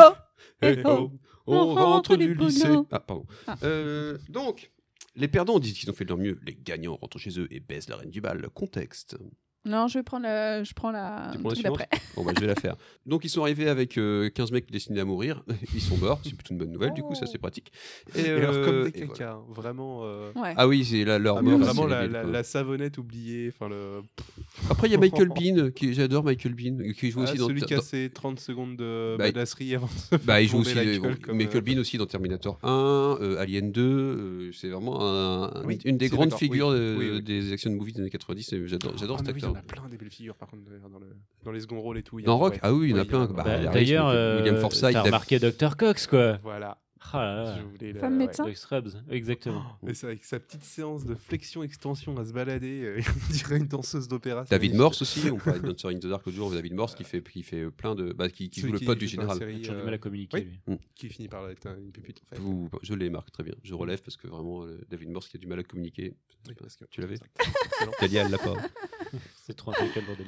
Eh Eh oh, oh. On On rentre rentre les du lycée. pognos. Ah, pardon. Ah. Euh, donc, les perdants disent qu'ils ont fait de leur mieux. Les gagnants rentrent chez eux et baissent la reine du bal. Contexte. Non, je vais prendre la. Je prends la. Tu prends la truc suivante d'après. Bon, bah, je vais la faire. Donc, ils sont arrivés avec euh, 15 mecs destinés à mourir. Ils sont morts. C'est plutôt une bonne nouvelle. Du coup, ça, c'est pratique. Et, alors, euh, comme des et voilà. caca, vraiment. euh, Ouais. Ah oui, c'est la, Oh, leur ah, mais bah, mort. vraiment c'est la, débile, la- quoi. la savonnette oubliée. Enfin, le. Après, il y a Michael Bean. qui- J'adore Michael Bean. Qui joue Ah, aussi dans. celui qui a dans- ses 30 secondes de Bah, il- badasserie avant de se Bah, il joue tomber aussi. la des- gueule bon, comme, Michael euh, Bean aussi dans Terminator 1, euh, Alien 2. euh, c'est vraiment un- Oui, une des c'est grandes d'accord, oui, figures euh, oui, oui. des action movies des années 90. et J'adore j'adore Ah, cet mais oui, Il y acteur. en a plein des belles figures, par contre, d'ailleurs, dans, le- dans les seconds rôles et tout. il y en Dans a- Rock ouais. Ah oui, il y en a Ouais, plein. Bah, Bah, Harris, D'ailleurs, William- William euh, Forsythe. t'as David- remarqué Dr. Cox, quoi. Voilà. Ah, Je voulais la- Femme ouais. médecin. là là. Doc Scrubs, exactement. Et c'est avec sa petite séance de flexion-extension à se balader, euh, on dirait une danseuse d'opéra. c'est David magnifique. Morse aussi, on parlait de Dancer in the Dark l'autre jour, David Morse qui fait, qui fait plein de. Bah, qui, qui Celui joue le qui pote du joue dans la général. série, Il a toujours du euh, mal à communiquer, oui. lui. Qui finit par être un- une pépite, en fait. Vous- je les marque très bien, je relève parce que vraiment, euh, David Morse qui a du mal à communiquer. Oui, parce que- Tu l'avais Excellent. Talia, elle l'a pas. C'est trop intellectuel, bordel.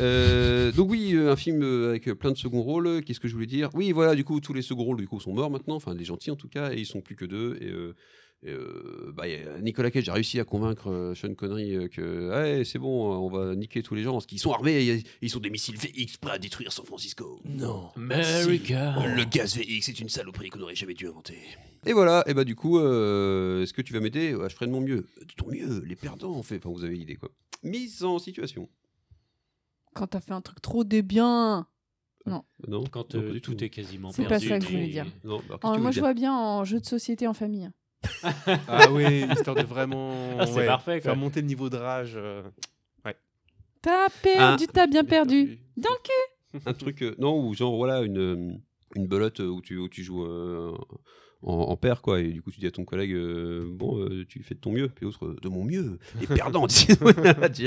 Euh, donc oui, euh, un film euh, avec euh, plein de seconds rôles. Qu'est-ce que je voulais dire Oui, voilà, du coup, tous les seconds rôles du coup sont morts maintenant, enfin les gentils en tout cas, et ils sont plus que deux. Et, euh, et, euh, bah, y a Nicolas Cage a réussi à convaincre euh, Sean Connery euh, que Ouais, c'est bon, euh, on va niquer tous les gens parce qu'ils sont armés, et, et ils sont des missiles VX prêts à détruire San Francisco. Non. America. Le gaz VX est une saloperie qu'on n'aurait jamais dû inventer. Et voilà, et bah du coup, euh, est-ce que tu vas m'aider Ouais, Je ferai de mon mieux. De ton mieux, les perdants en fait. Enfin, vous avez idée quoi. Mise en situation. Quand t'as fait un truc trop de bien. Non Quand Non, euh, pas du tout, tout. est quasiment C'est pas perdu, ça que je tu- voulais dire. Non, bah, qu'est-ce que Oh, moi, tu veux je dire vois bien en jeu de société en famille. Ah oui, histoire de vraiment Ah, c'est ouais, parfait, quoi. faire monter le niveau de rage. euh, T'as perdu, t'as bien perdu. perdu. Dans le cul. un truc euh, non ou genre voilà une euh, une belote euh, où tu où tu joues euh, en, en paire quoi et du coup tu dis à ton collègue euh, bon euh, tu fais de ton mieux puis l'autre euh, de mon mieux les perdants tu sais,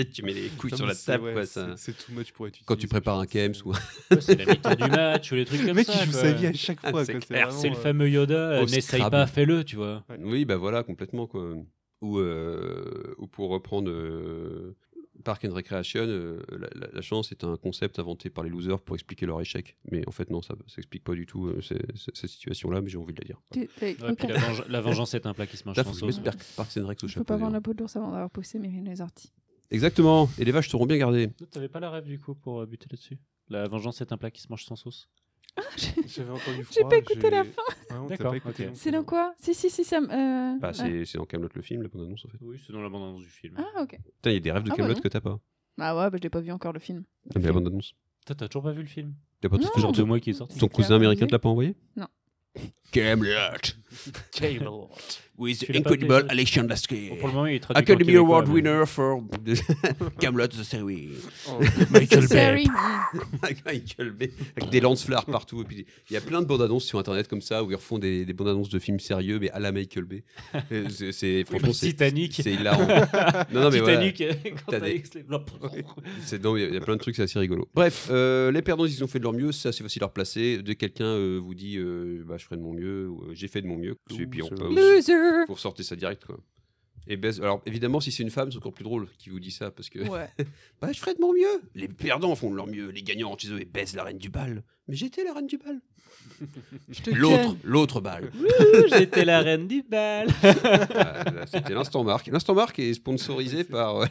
tu mets les couilles Non, sur mais la c'est- table ouais, quoi, c'est- ça. C'est too much pour être quand tu utilisé, prépares un je pense. euh. KMS ou Ouais, C'est la mi-temps du match ou les trucs Le comme mec, ça. il joue quoi. sa vie à chaque Ah, fois. c'est quoi, clair, C'est le vraiment, euh, fameux Yoda, Au euh, n'essaye Scrabble. pas, fais-le, tu vois. oui bah voilà complètement quoi ou euh, ou pour reprendre euh, Park and Recreation, euh, la, la- la chance est un concept inventé par les losers pour expliquer leur échec. Mais en fait, non, ça s'explique pas du tout euh, c'est- c'est- cette situation-là, mais j'ai envie de la dire. Tu- t'es- Ouais, puis aucun- la, venge- la vengeance est un plat qui se mange Là, sans faut que je sauce. mette Park- Parks and Rec au Je peux chapeau. pas vendre d'ailleurs. la peau de l'ours avant d'avoir poussé mes les orties. Exactement, et les vaches seront bien gardées. Toi, T'avais pas la rêve du coup pour euh, buter là-dessus La vengeance est un plat qui se mange sans sauce. J'avais entendu J'ai froid, pas écouté la j'ai- fin. Ah non, t'as D'accord, pas écouté ok. non plus, C'est dans non. quoi Si, si, si, ça. me- euh, Bah, ouais. c'est c'est dans Camelot le film, la bande-annonce en fait. Oui, c'est dans la bande-annonce du film. Ah, ok. Putain, il y a des rêves de Ah bah Camelot non. que t'as pas. Ah ouais, bah, je l'ai pas vu encore le film. Ah, mais la bande-annonce. Toi, t'as toujours pas vu le film T'as pas Non. ton- Toujours deux mois qui est sorti. Ton C'est cousin clair, américain oui. te l'a pas envoyé Non. Camelot with Tu l'as pas incredible fait, ça Alexandre Bon, Lasky. Pour le moment, il est traduit en québécois, mais- for Camelot the Series. Oh, Michael Sorry. Ah avec Michael Bay, avec des lance-flares partout. Et puis il y a plein de bandes annonces sur internet comme ça où ils refont des, des bandes annonces de films sérieux mais à la Michael Bay. Euh, c'est- C'est franchement c'est Titanic. C'est hilarant. non non mais voilà. Titanic, euh, quand T'as t'as des- les- Non, pardon. C'est non, mais il y a plein de trucs c'est assez rigolo. Bref, euh, les perdants ils ont fait de leur mieux, c'est assez facile à replacer. Dès que quelqu'un euh, vous dit euh, bah, je ferai de mon mieux ou euh, j'ai fait de mon mieux et puis on Loser. peut Loser. pour sortir ça direct quoi. Et baise- Alors évidemment si c'est une femme c'est encore plus drôle qui vous dit ça parce que Ouais. bah je ferai de mon mieux. Les perdants font de leur mieux, les gagnants rentrent chez eux et baissent la reine du bal. Mais j'étais la reine du bal. Je te L'autre, l'autre balle. Ouh, J'étais la reine du bal. Euh, C'était l'instant marque. L'instant marque est sponsorisé par euh,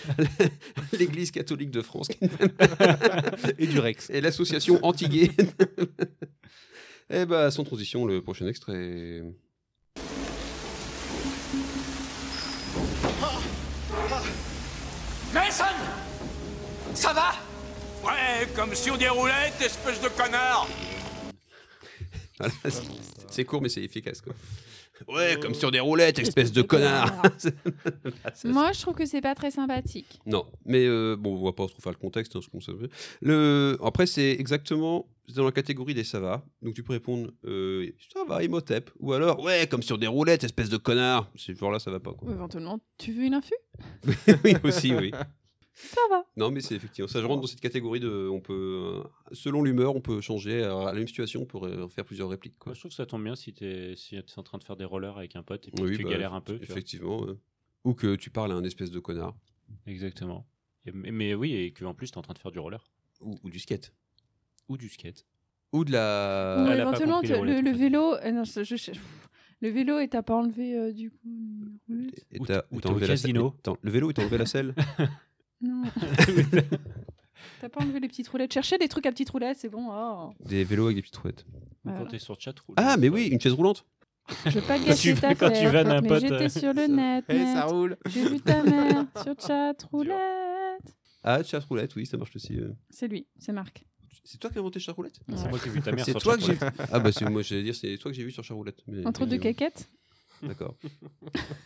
l'Église catholique de France Et du Rex. et l'association Antigué. Eh bah, sans transition, le prochain extrait. Mason Ça va Ouais, lèvres comme sur des roulettes, espèce de connard Voilà, c'est- c'est court, mais c'est efficace. Quoi. Ouais, comme sur des roulettes, espèce de connard. C'est- Moi, je trouve que c'est pas très sympathique. Non, mais euh, bon, on va pas trop faire le contexte, hein, ce qu'on savait. Le... Après, c'est exactement c'est dans la catégorie des ça va. Donc tu peux répondre euh, ça va, Imhotep. Ou alors, ouais, comme sur des roulettes, espèce de connard. C'est genre là, ça va pas. Quoi. Ou éventuellement, tu veux une infu oui, aussi, oui. Ça va. Non, mais c'est effectivement. Ça, je rentre dans cette catégorie de. On peut, euh, selon l'humeur, on peut changer. Alors, à la même situation, on peut ré- faire plusieurs répliques. Quoi. Je trouve que ça tombe bien si t'es si t'es en train de faire des rollers avec un pote et puis Oui, tu bah, galères un peu. tu vois. Effectivement. ouais. Ou que tu parles à un espèce de connard. Exactement. Et- mais, mais oui, et qu'en plus, t'es en train de faire du roller. Ou, ou du skate. Ou du skate. Ou de Euh, la. Ou éventuellement, tu- le, le vélo. euh, non, je- je- je- le vélo, et t'as pas enlevé euh, du coup. une roulette Et Ou t'as- t'es- et ou t'es t'as au enlevé la selle- casino. et t'en- Le vélo, il t'a enlevé la selle. Non. t'as pas enlevé les petites roulettes. Cherchez des trucs à petites roulettes, c'est bon. oh. Des vélos avec des petites roulettes. Ou Quand Voilà. t'es sur chat roule. Ah, mais oui, une chaise roulante. Je veux pas Quand gâcher tu- ta quand tu fête, vannes un mais pote, j'étais euh, sur le net. Eh, ça net. roule. J'ai vu ta mère sur chat roulette. Ah, chaise roulette, oui, ça marche aussi. euh. C'est lui, c'est Marc. C'est toi qui as inventé chat roulette C'est moi qui ai vu ta mère C'est sur toi que j'ai. chatroulette. Ah, bah, c'est moi, j'allais dire, c'est toi que j'ai vu sur chat roulette. mais- Entre deux caquettes. D'accord.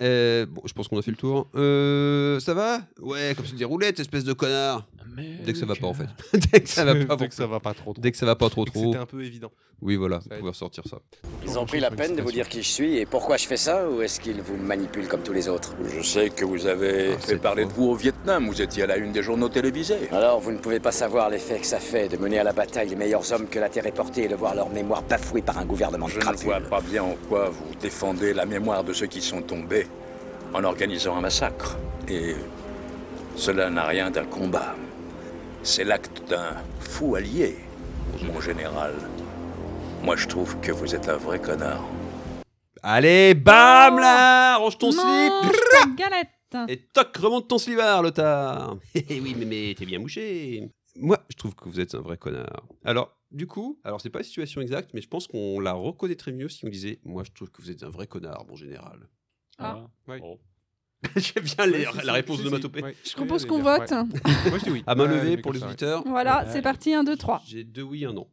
Euh, bon, je pense qu'on a fait le tour. Euh, ça va Ouais, comme se dit roulette, espèce de connard. Dès Eh que ça va pas en fait. Dès que ça va pas. Dès que ça va pas trop, trop. Dès que ça va pas trop Et que trop. c'était un peu évident. Oui, voilà, vous va pouvez ressortir ça. Ils ont pris la peine de vous dire qui je suis et pourquoi je fais ça, ou est-ce qu'ils vous manipulent comme tous les autres Je sais que vous avez fait parler de vous au Vietnam, vous étiez à la une des journaux télévisés. Alors, vous ne pouvez pas savoir l'effet que ça fait de mener à la bataille les meilleurs hommes que la Terre ait portés et de voir leur mémoire bafouée par un gouvernement de Je ne crapule. vois pas bien en quoi vous défendez la mémoire de ceux qui sont tombés en organisant un massacre. Et cela n'a rien d'un combat. C'est l'acte d'un fou allié, mon général. Moi, je trouve que vous êtes un vrai connard. Allez, bam là Range ton Mange slip ta galette. Et toc, remonte ton slivard, le tard Eh oui, mais, mais t'es bien mouché Moi, je trouve que vous êtes un vrai connard. Alors, du coup, alors c'est pas la situation exacte, mais je pense qu'on la reconnaîtrait mieux si on disait Moi, je trouve que vous êtes un vrai connard, mon général. Ah. Ouais. Oh. J'aime bien les- la réponse de Matopé. Je propose qu'on vote. Moi, je dis oui. À main Ouais, levée mais pour comme les ça, ouais. auditeurs. Voilà, c'est parti, 1, 2, 3. J'ai deux oui, un non.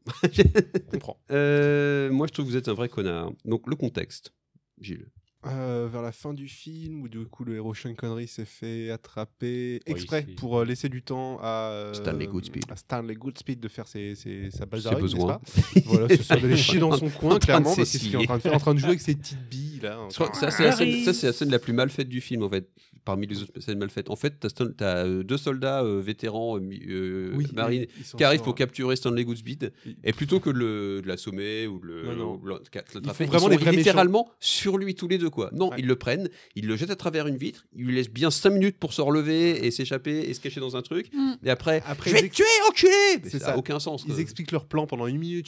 Comprends. Euh, moi, je trouve que vous êtes un vrai connard. Donc, le contexte, Gilles. Euh, vers la fin du film, où du coup le héros Sean Connery s'est fait attraper Oui, exprès c'est- pour euh, laisser du temps à euh, Stanley Goodspeed. à Stanley Goodspeed de faire ses, ses- J'ai sa bazarine, n'est-ce besoin. pas Voilà, c'est ça, de les chier dans son En coin, train de clairement, parce que c'est ce qu'il est en s'essayer. train de faire, en train de jouer avec ses petites billes, là. en train- Ça, c'est la, scène- ça, c'est la scène la plus mal faite du film, en fait, parmi les autres scènes mal faites. En fait, t'as Stan- t'as euh, deux soldats euh, vétérans euh, mi- euh, Oui, marines ils sont qui arrivent en- pour capturer Stanley Goodspeed, Ils- et plutôt que de le- de l'assommer ou de Non, le non. ou de l'attraper, Ils font ils, vraiment sont les vrais littéralement sur lui tous les deux, quoi. Non, Ouais. ils le prennent, ils le jettent à travers une vitre, ils lui laissent bien 5 minutes pour se relever et s'échapper et se cacher dans un truc, Mm. et après, Après, je vais ils te ex- tuer, enculé Mais C'est Ça n'a ça. aucun sens. quoi. Ils expliquent leur plan pendant une minute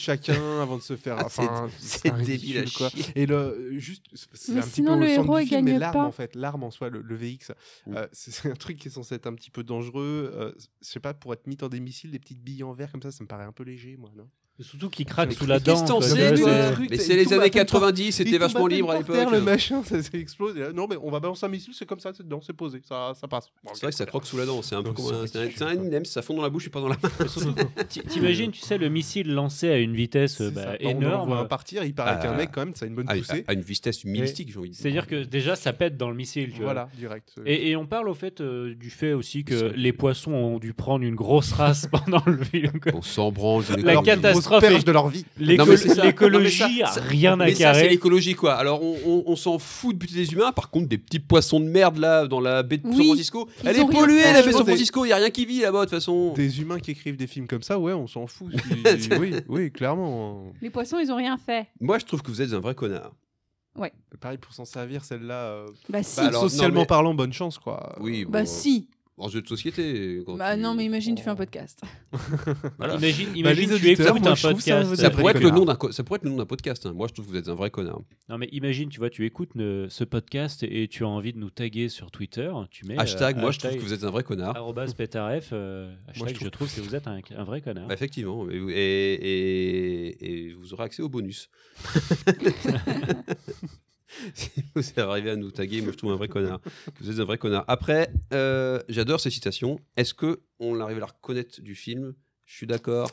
chacun avant de se faire. Ah, c'est- enfin, c'est ridicule, débile à chier. Et le juste, c'est Mais un petit sinon, peu le au centre héros, du il film, mais gagne l'arme pas. en fait, l'arme en soi, le, le VX, euh, c'est c'est un truc qui est censé être un petit peu dangereux. euh, je sais pas, pour être mis dans des missiles, des petites billes en verre comme ça, ça me paraît un peu léger, moi, non Surtout qu'il craque Mais sous la qu'est-ce dent. que t'en quoi. c'est- sais, Ouais, toi c'est- Le truc, Mais c'est- c'est il les tombe à années peine par- 90, Il c'était tombe vachement peine libre à par terre, l'époque. Le machin, ça, ça explose. et là, non, mais on va balancer un missile, c'est comme ça, c'est dedans, c'est posé, ça, ça passe. Bon, C'est vrai que ça ok, croque sous la dent, c'est un peu Non, comme c'est un, c'est un- ridicule, c'est un quoi. M&M's, ça fond dans la bouche et pas dans la main. T'i- T'imagines, tu sais, le missile lancé à une vitesse euh, C'est bah, ça. On le énorme. voit un partir, il paraît Ah. qu'un mec, quand même, ça a une bonne À, poussée. à- à une vitesse mystique, j'ai envie de dire. C'est-à-dire que déjà, ça pète dans le ah, missile. Tu vois. Voilà, direct. Et, et on parle au fait euh, du fait aussi que C'est- les poissons ont dû prendre une grosse race pendant le film. quoi. On s'en branle. on est La content. catastrophe. Grosse perche de leur vie. L'éco- Non, mais c'est ça. Non, L'écologie mais a ça, c'est- rien à Mais ça, c'est carrer. l'écologie, quoi. Alors, on, on- on s'en fout de buter des humains. Par contre, des petits poissons de merde, là, dans la baie de Oui. San Francisco. Ils Elle ont est rien polluée, fait. la baie de San Franchement, Francisco. Il n'y a rien qui vit là-bas, de toute façon. Des humains qui écrivent des films comme ça, ouais, on s'en fout. C'est- oui, oui, clairement. hein. Les poissons, ils ont rien fait. Moi, je trouve que vous êtes un vrai connard. Pareil pour s'en servir, celle-là. euh, Bah si. bah, alors, euh, socialement non, mais- parlant, bonne chance, quoi. Oui, Bah bon, si. En jeu de société. quand Bah tu- non, mais imagine, tu fais un podcast. Voilà. Imagine, Bah, imagine les tu auditeurs, écoutes moi, un je trouve ça podcast. un Ça vrai pourrait, être le connard. nom d'un co- ça pourrait être le nom d'un podcast. hein. Moi, je trouve que vous êtes un vrai connard. Non mais imagine, tu vois, tu écoutes ne- ce podcast et tu as envie de nous taguer sur Twitter, tu mets euh, hashtag, moi, je trouve hashtag que vous êtes un vrai Ah connard. arobase petaref, euh, hashtag, Moi, je je, trouve- trouve que vous êtes un, un vrai connard. Bah, effectivement, et, et- et vous aurez accès au bonus. si vous arrivez à nous taguer, moi je trouve un vrai connard. Que vous êtes un vrai connard. Après, euh, j'adore ces citations. Est-ce que on arrive à la reconnaître du film Je suis d'accord.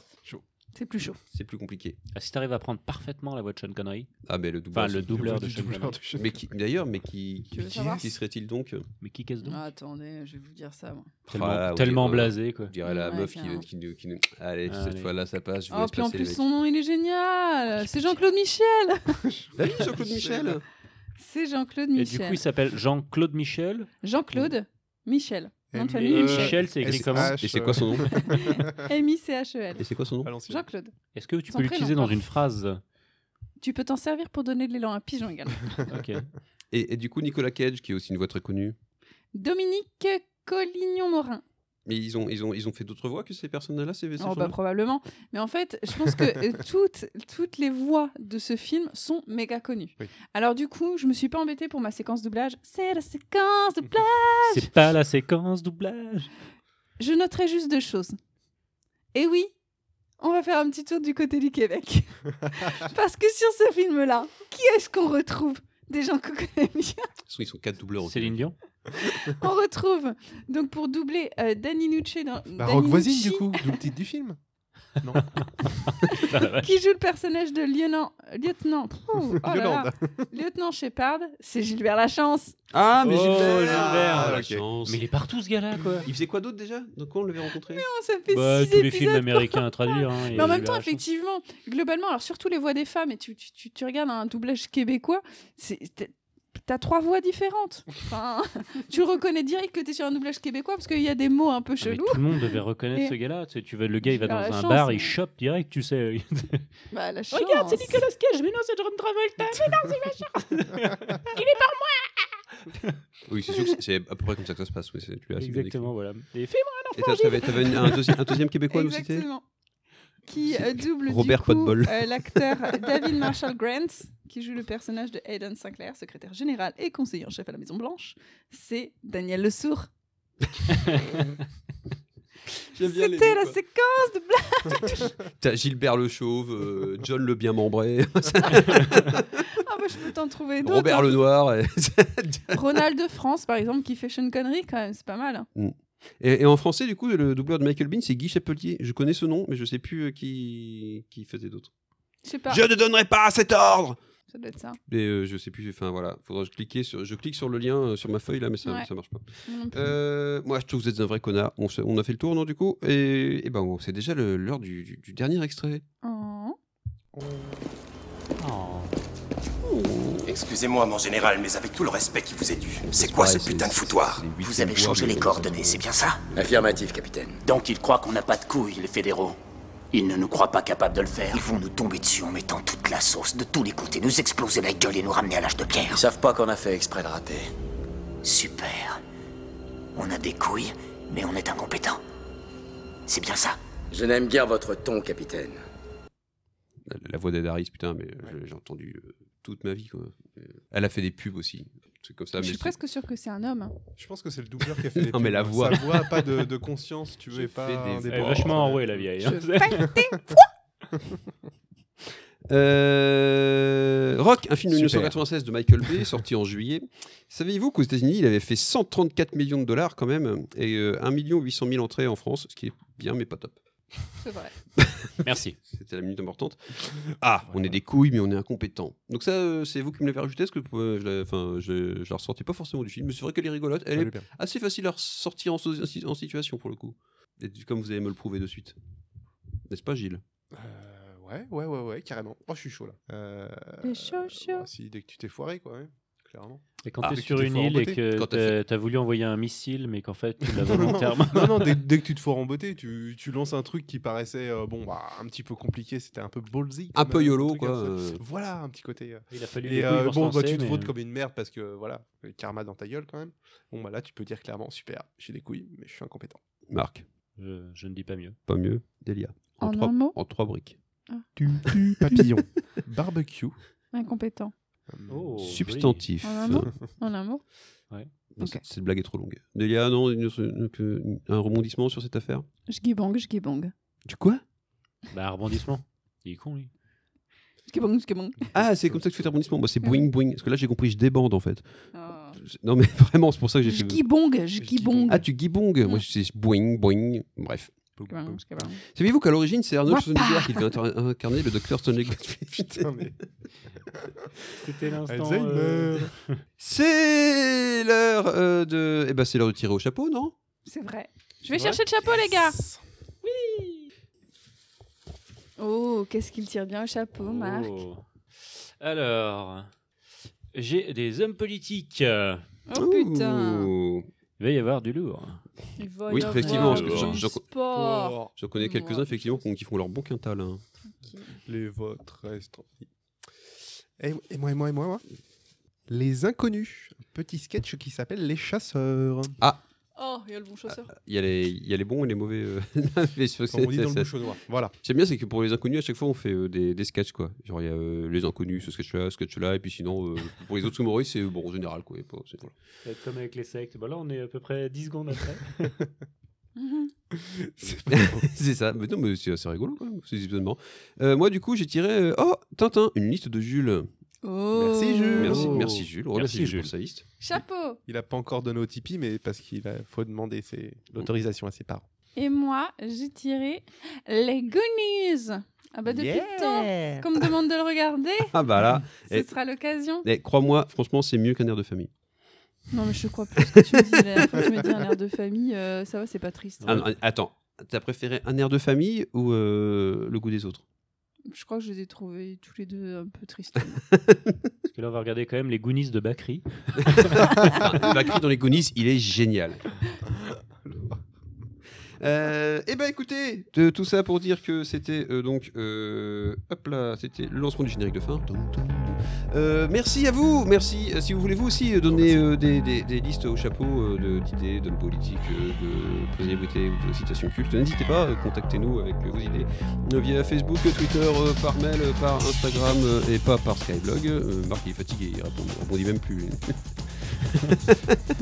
C'est plus chaud. C'est plus compliqué. Ah, si t'arrives à prendre parfaitement la voix de Sean Connery. Ah, mais le doubleur. Enfin, le c'est- doubleur de Sean doubleur Connery. de Sean Mais qui- d'ailleurs, mais qui, Tu veux qui- savoir qui serait-il donc Mais qui Mm. casse donc Attendez, je vais vous dire ça, moi. Tellement, Ah, là, on tellement dirait- blasé, Ah, quoi. On dirait la Ouais, meuf qui, carrément. qui nous- qui nous- Allez, cette Allez. fois-là, ça passe. Je vous Oh, laisse puis en passer, les plus, mecs. Oh, son nom, il est génial C'est Jean-Claude Michel Bah oui, Jean-Claude Michel C'est Jean-Claude Et du Michel. coup, il s'appelle Jean-Claude Michel. Jean-Claude Michel. Nom de M- famille Et Michel. Michel, c'est écrit comment Et c'est quoi son nom M-I-C-H-E-L. Et c'est quoi son nom E Jean-Claude. Est-ce ah. que tu Son peux l'utiliser prénom, dans une phrase Tu peux t'en servir pour donner de l'élan à un pigeon également. Ok. et, et du coup, Nicolas Cage, qui est aussi une voix très connue. Dominique Collignon-Morin. Mais ils ont, ils ont, ils ont fait d'autres voix que ces personnes-là, ces ces Oh, bah, gens-là probablement. Mais en fait, je pense que euh, toutes, toutes les voix de ce film sont méga connues. Oui. Alors, du coup, je me suis pas embêtée pour ma séquence doublage. C'est la séquence doublage C'est pas la séquence doublage. Je noterai juste deux choses. Et oui, on va faire un petit tour du côté du Québec. Parce que sur ce film-là, qui est-ce qu'on retrouve Des gens qu'on connaît bien. Ils sont- Ils sont quatre doubleurs. au Céline Dion On retrouve, donc pour doubler euh, Danny Nucci dans. Bah, Danny Rock voisine, Nucci, du coup, d'où le titre du film. Non. Ah, Putain, bah, la vache. Qui joue le personnage de lieutenant. Lieutenant. Pfff, oh là là. Yolande. Lieutenant Shepard, c'est Gilbert Lachance. Ah, mais Gilbert Gilbert, Ah, la ok. chance. Mais il est partout, ce gars-là, quoi. Il faisait quoi d'autre déjà Donc quand on l'avait rencontré Oh, ça fait Bah, six tous les épisodes, films quoi. américains à traduire. hein, Mais et en même Gilbert temps, Lachance. effectivement, globalement, alors surtout les voix des femmes, et tu, tu, tu- tu regardes un doublage québécois, c'est. t'as- T'as trois voix différentes. Enfin, tu reconnais direct que t'es sur un doublage québécois parce qu'il y a des mots un peu Ah, mais chelous. tout le monde devait reconnaître Et- ce gars-là. Tu sais, tu vas- le gars, il va dans Gilbert un Lachance, bar, hein. il chope direct, tu sais. Ah, Bah, la chance. Regarde, c'est Nicolas Cage, mais non, c'est John Travolta. Oui, c'est sûr que c'est- c'est à peu près comme ça que ça se passe. Oui, c'est- tu l'as assez bien décrit. Exactement, voilà. Et fais-moi Et t'as- t'avais t'avais une- un, deuxi- un deuxième Québécois à nous citer Exactement. Qui euh, double Robert du coup, Podbol. euh, l'acteur David Marshall Grant, qui joue le personnage de Hayden Sinclair, secrétaire général et conseiller en chef à la Maison Blanche. C'est Daniel Le Sourd. C'était la séquence. T'as Gilbert le Chauve, euh, John le Bien Membré, Ah bah, je peux t'en trouver d'autres. Robert hein. le Noir. Et, Ronald de France, par exemple, qui fait Sean Connery quand même, c'est pas mal. hein. Et- et en français, du coup, le doubleur de Michael Bean, c'est Guy Chapelier. Je connais ce nom, mais je sais plus euh, qui, qui faisait d'autre. Je sais pas. Je ne donnerai pas cet ordre Ça doit être ça. Mais euh, je sais plus, enfin voilà, faudra que je clique sur, je clique sur le lien euh, sur ma feuille là, mais ça, Ouais. ça marche pas. Moi non plus. Euh, moi, je trouve que vous êtes un vrai connard. On, se- on a fait le tour, non, du coup Et, et ben, on- c'est déjà le- l'heure du, du- du dernier extrait. Ah, Oh. Excusez-moi, mon général, mais avec tout le respect qui vous est dû, c'est quoi ce Ouais, c'est- putain de foutoir Vous avez changé les coordonnées, c'est bien ça Affirmatif, capitaine. Donc ils croient qu'on n'a pas de couilles, les fédéraux. Ils ne nous croient pas capables de le faire. Ils vont nous tomber dessus en mettant toute la sauce de tous les côtés, nous exploser la gueule et nous ramener à l'âge de pierre. Ils savent pas qu'on a fait exprès de rater. Super. On a des couilles, mais on est incompétents. C'est bien ça Je n'aime guère votre ton, capitaine. La, la voix d'Adaris, putain, mais je- j'ai entendu euh, toute ma vie, quoi. Euh, Elle a fait des pubs aussi. C'est comme ça, Je mais suis c'est- presque sûre que c'est un homme. hein. Je pense que c'est le doubleur qui a fait les Non, mais pubs. la voix. Sa voix, pas de, de conscience, tu veux, J'ai et pas fait des- Elle est indépendant. Eh, vachement enrouée, la vieille. hein. Euh, Rock, un film de Super. 1996 de Michael Bay, sorti en juillet. Saviez-vous qu'aux États-Unis, il avait fait 134 millions de dollars quand même, et euh, 1 800 000 entrées en France, ce qui est bien, mais pas top. C'est vrai. Merci. C'était la minute importante. Ah, on est des couilles, mais on est incompétents. Donc ça, euh, c'est vous qui me l'avez rajouté, parce que euh, je, la- enfin, je, je la ressortais pas forcément du film, mais c'est vrai qu'elle est rigolote. Elle Elle est est bien. assez facile à ressortir en, so- en si- en situation, pour le coup. Et comme vous allez me le prouver de suite. N'est-ce pas, Gilles Euh, ouais, ouais, ouais, ouais, carrément. Oh, je suis chaud là. Euh, T'es chaud, chaud. ouais, si, dès que tu t'es foiré, quoi, ouais, clairement. Et quand Ah. t'es Mais sur tu t'es une fait île et remboter. que Quand t'as t'as- t'as voulu envoyer un missile, mais qu'en fait, tu l'as volontairement. non, non, dès, dès que tu te foires en beauté, tu, tu lances un truc qui paraissait euh, bon, bah, un petit peu compliqué, c'était un peu ballsy. Un quand peu même, YOLO, truc quoi. comme ça. euh. Voilà, un petit côté. euh, Il a fallu. Et du coup, euh, ils vont se bon, bah, lancer, tu te mais- votes comme une merde parce que voilà, le karma dans ta gueule quand même. Bon, bah là, tu peux dire clairement, super, j'ai des couilles, mais je suis incompétent. Marc, Je, je ne dis pas mieux. pas mieux. Delia. En trois, un mot en trois briques. Tu, tu, papillon, barbecue, Incompétent. Substantif. En un mot En un mot Non, Ok. cette- Cette blague est trop longue. Delia, non, une- une- une- un rebondissement sur cette affaire Je guibang, je guibang. Du quoi Bah, rebondissement. Il est con, lui. Skibong, skibong. Ah, c'est comme ça que tu fais rebondissement. Moi, c'est boing boing. Parce que là, j'ai compris, je débande en fait. C'est- Non, mais vraiment, c'est pour ça que Oh. j'ai fait. Skibong, skibong. Ah, tu guibong. Moi, c'est boing boing. Bref. Skibong, skibong. Saviez-vous qu'à l'origine, c'est Arnold Wappa. Schwarzenegger qui devait inter- incarner le docteur Stanley Gottfried C'était l'instant. Alzheimer. euh, C'est l'heure euh, de. Eh ben, c'est l'heure de tirer au chapeau, non C'est vrai. Je vais Ouais. chercher le chapeau, les gars. Oui. Oh, qu'est-ce qu'il tire bien au chapeau, Marc. oh. Alors, j'ai des hommes politiques. Oh, putain. Il va y avoir du lourd. Il va Oui, y effectivement, avoir parce que j'en- du j'en- Oh. Oh. sport. J'en connais quelques-uns, effectivement, qu'on- qui font leur bon quintal. hein. Les vôtres restent. Et, et moi, et moi, et moi, moi. Les inconnus. Un petit sketch qui s'appelle Les chasseurs. Ah, Oh, il y a le bon chasseur. il y, a les- il y a les bons et les mauvais. euh, mais c'est- Comme on dit c'est- dans le c'est- bouchon noir. Voilà. J'aime bien, c'est que pour les inconnus, à chaque fois, on fait euh, des, des sketchs, quoi. Genre, il y a euh, les inconnus, ce sketch-là, ce sketch-là, et puis sinon, euh, pour les autres humoristes, c'est euh, bon, en général, quoi. et pas- c'est- voilà. Ça va être Euh, comme avec les sectes. Bah là, on est à peu près 10 secondes après. Euh, Mhm. c'est ça. Mais non, mais c'est assez rigolo, quand même, ces épisodes marrants. Euh, moi, du coup, j'ai tiré. euh, oh, Tintin, une liste de Jules. Merci, Jules. Merci, Oh. merci Jules. Ouais, merci, Merci, Jules, Jules. pour sa liste. Chapeau. Il a pas encore donné au Tipeee, mais parce qu'il a- faut demander ses- l'autorisation à ses parents. Et moi, j'ai tiré les Goonies. Ah bah depuis le Yeah. temps qu'on me demande de le regarder, Ah bah là. ce eh, sera l'occasion. eh, Crois-moi, franchement, c'est mieux qu'un air de famille. Non mais je crois plus ce que tu me dis. La dernière fois que tu m'as dit un air de famille, euh, ça va, c'est pas triste. Ah non, attends, t'as préféré un air de famille ou euh, le goût des autres Je crois que je les ai trouvés tous les deux un peu tristes. Parce que là, on va regarder quand même les Goonies de Bakri. Putain, Bakri Ah, dans les Goonies, il est génial. Euh, eh ben écoutez, de, tout ça pour dire que c'était euh, donc euh, hop là, c'était le lancement du générique de fin. Toum, toum, toum. Euh, merci à vous, merci. Euh, Si vous voulez vous aussi euh, donner euh, des, des- des listes au chapeau euh, de- d'idées, d'hommes politiques, euh, de célébrités ou de citations cultes, n'hésitez pas, euh, contactez-nous avec euh, vos idées euh, via Facebook, euh, Twitter, euh, par mail, euh, par Instagram euh, et pas par Skyblog. Euh, Marc il est fatigué, il répond, il répondit même plus.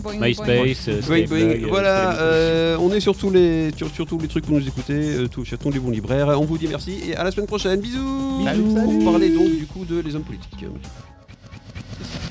Boing, MySpace, Boing, euh, Skyblog, boing. euh, Voilà, Skyblog. euh, on est sur tous les, sur, sur tous les trucs pour nous écouter, euh, tout, sur tous les bons libraires. On vous dit merci et à la semaine prochaine. Bisous, Salut, salut. Pour parler donc du coup de les hommes politiques. C'est ça.